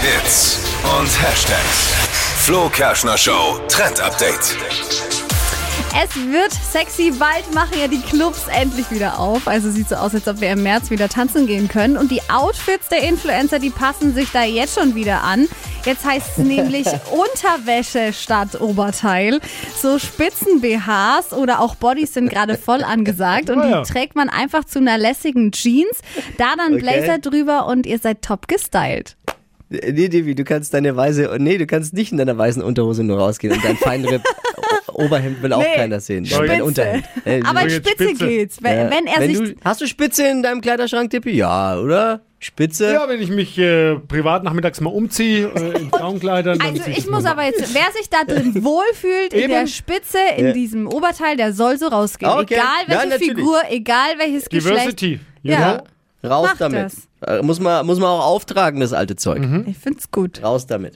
Hits und Hashtags. Flo Kerschner Show Trend Update. Es wird sexy, bald machen ja die Clubs endlich wieder auf. Also sieht so aus, als ob wir im März wieder tanzen gehen können. Und die Outfits der Influencer, die passen sich da jetzt schon wieder an. Jetzt heißt es nämlich Unterwäsche statt Oberteil. So Spitzen-BHs oder auch Bodies sind gerade voll angesagt. Und Ah ja. die trägt man einfach zu einer lässigen Jeans. Da dann Okay. Blazer drüber und ihr seid top gestylt. Nee, Divi, du kannst deine weiße, nee, du kannst nicht in deiner weißen Unterhose nur rausgehen und dein Feinripp Oberhemd will auch Nee, keiner sehen. Spitze. Dein Unterhemd. Äh, Aber in jetzt Spitze, Spitze. geht's. Wenn, ja. wenn er sich du, hast du Spitze in deinem Kleiderschrank, Tippi? Ja, oder? Spitze? Ja, wenn ich mich äh, privat nachmittags mal umziehe, äh, in Frauenkleidern. dann Also zieh ich das muss mal. aber jetzt, wer sich da drin wohlfühlt, in Eben. der Spitze, in Ja. diesem Oberteil, der soll so rausgehen. Okay. Egal Ja, welche natürlich. Figur, egal welches Geschlecht. Diversity. you Ja. know? Raus Mach damit. das. Mhm. Äh, Muss man, muss man auch auftragen, das alte Zeug. Ich find's gut. Raus damit.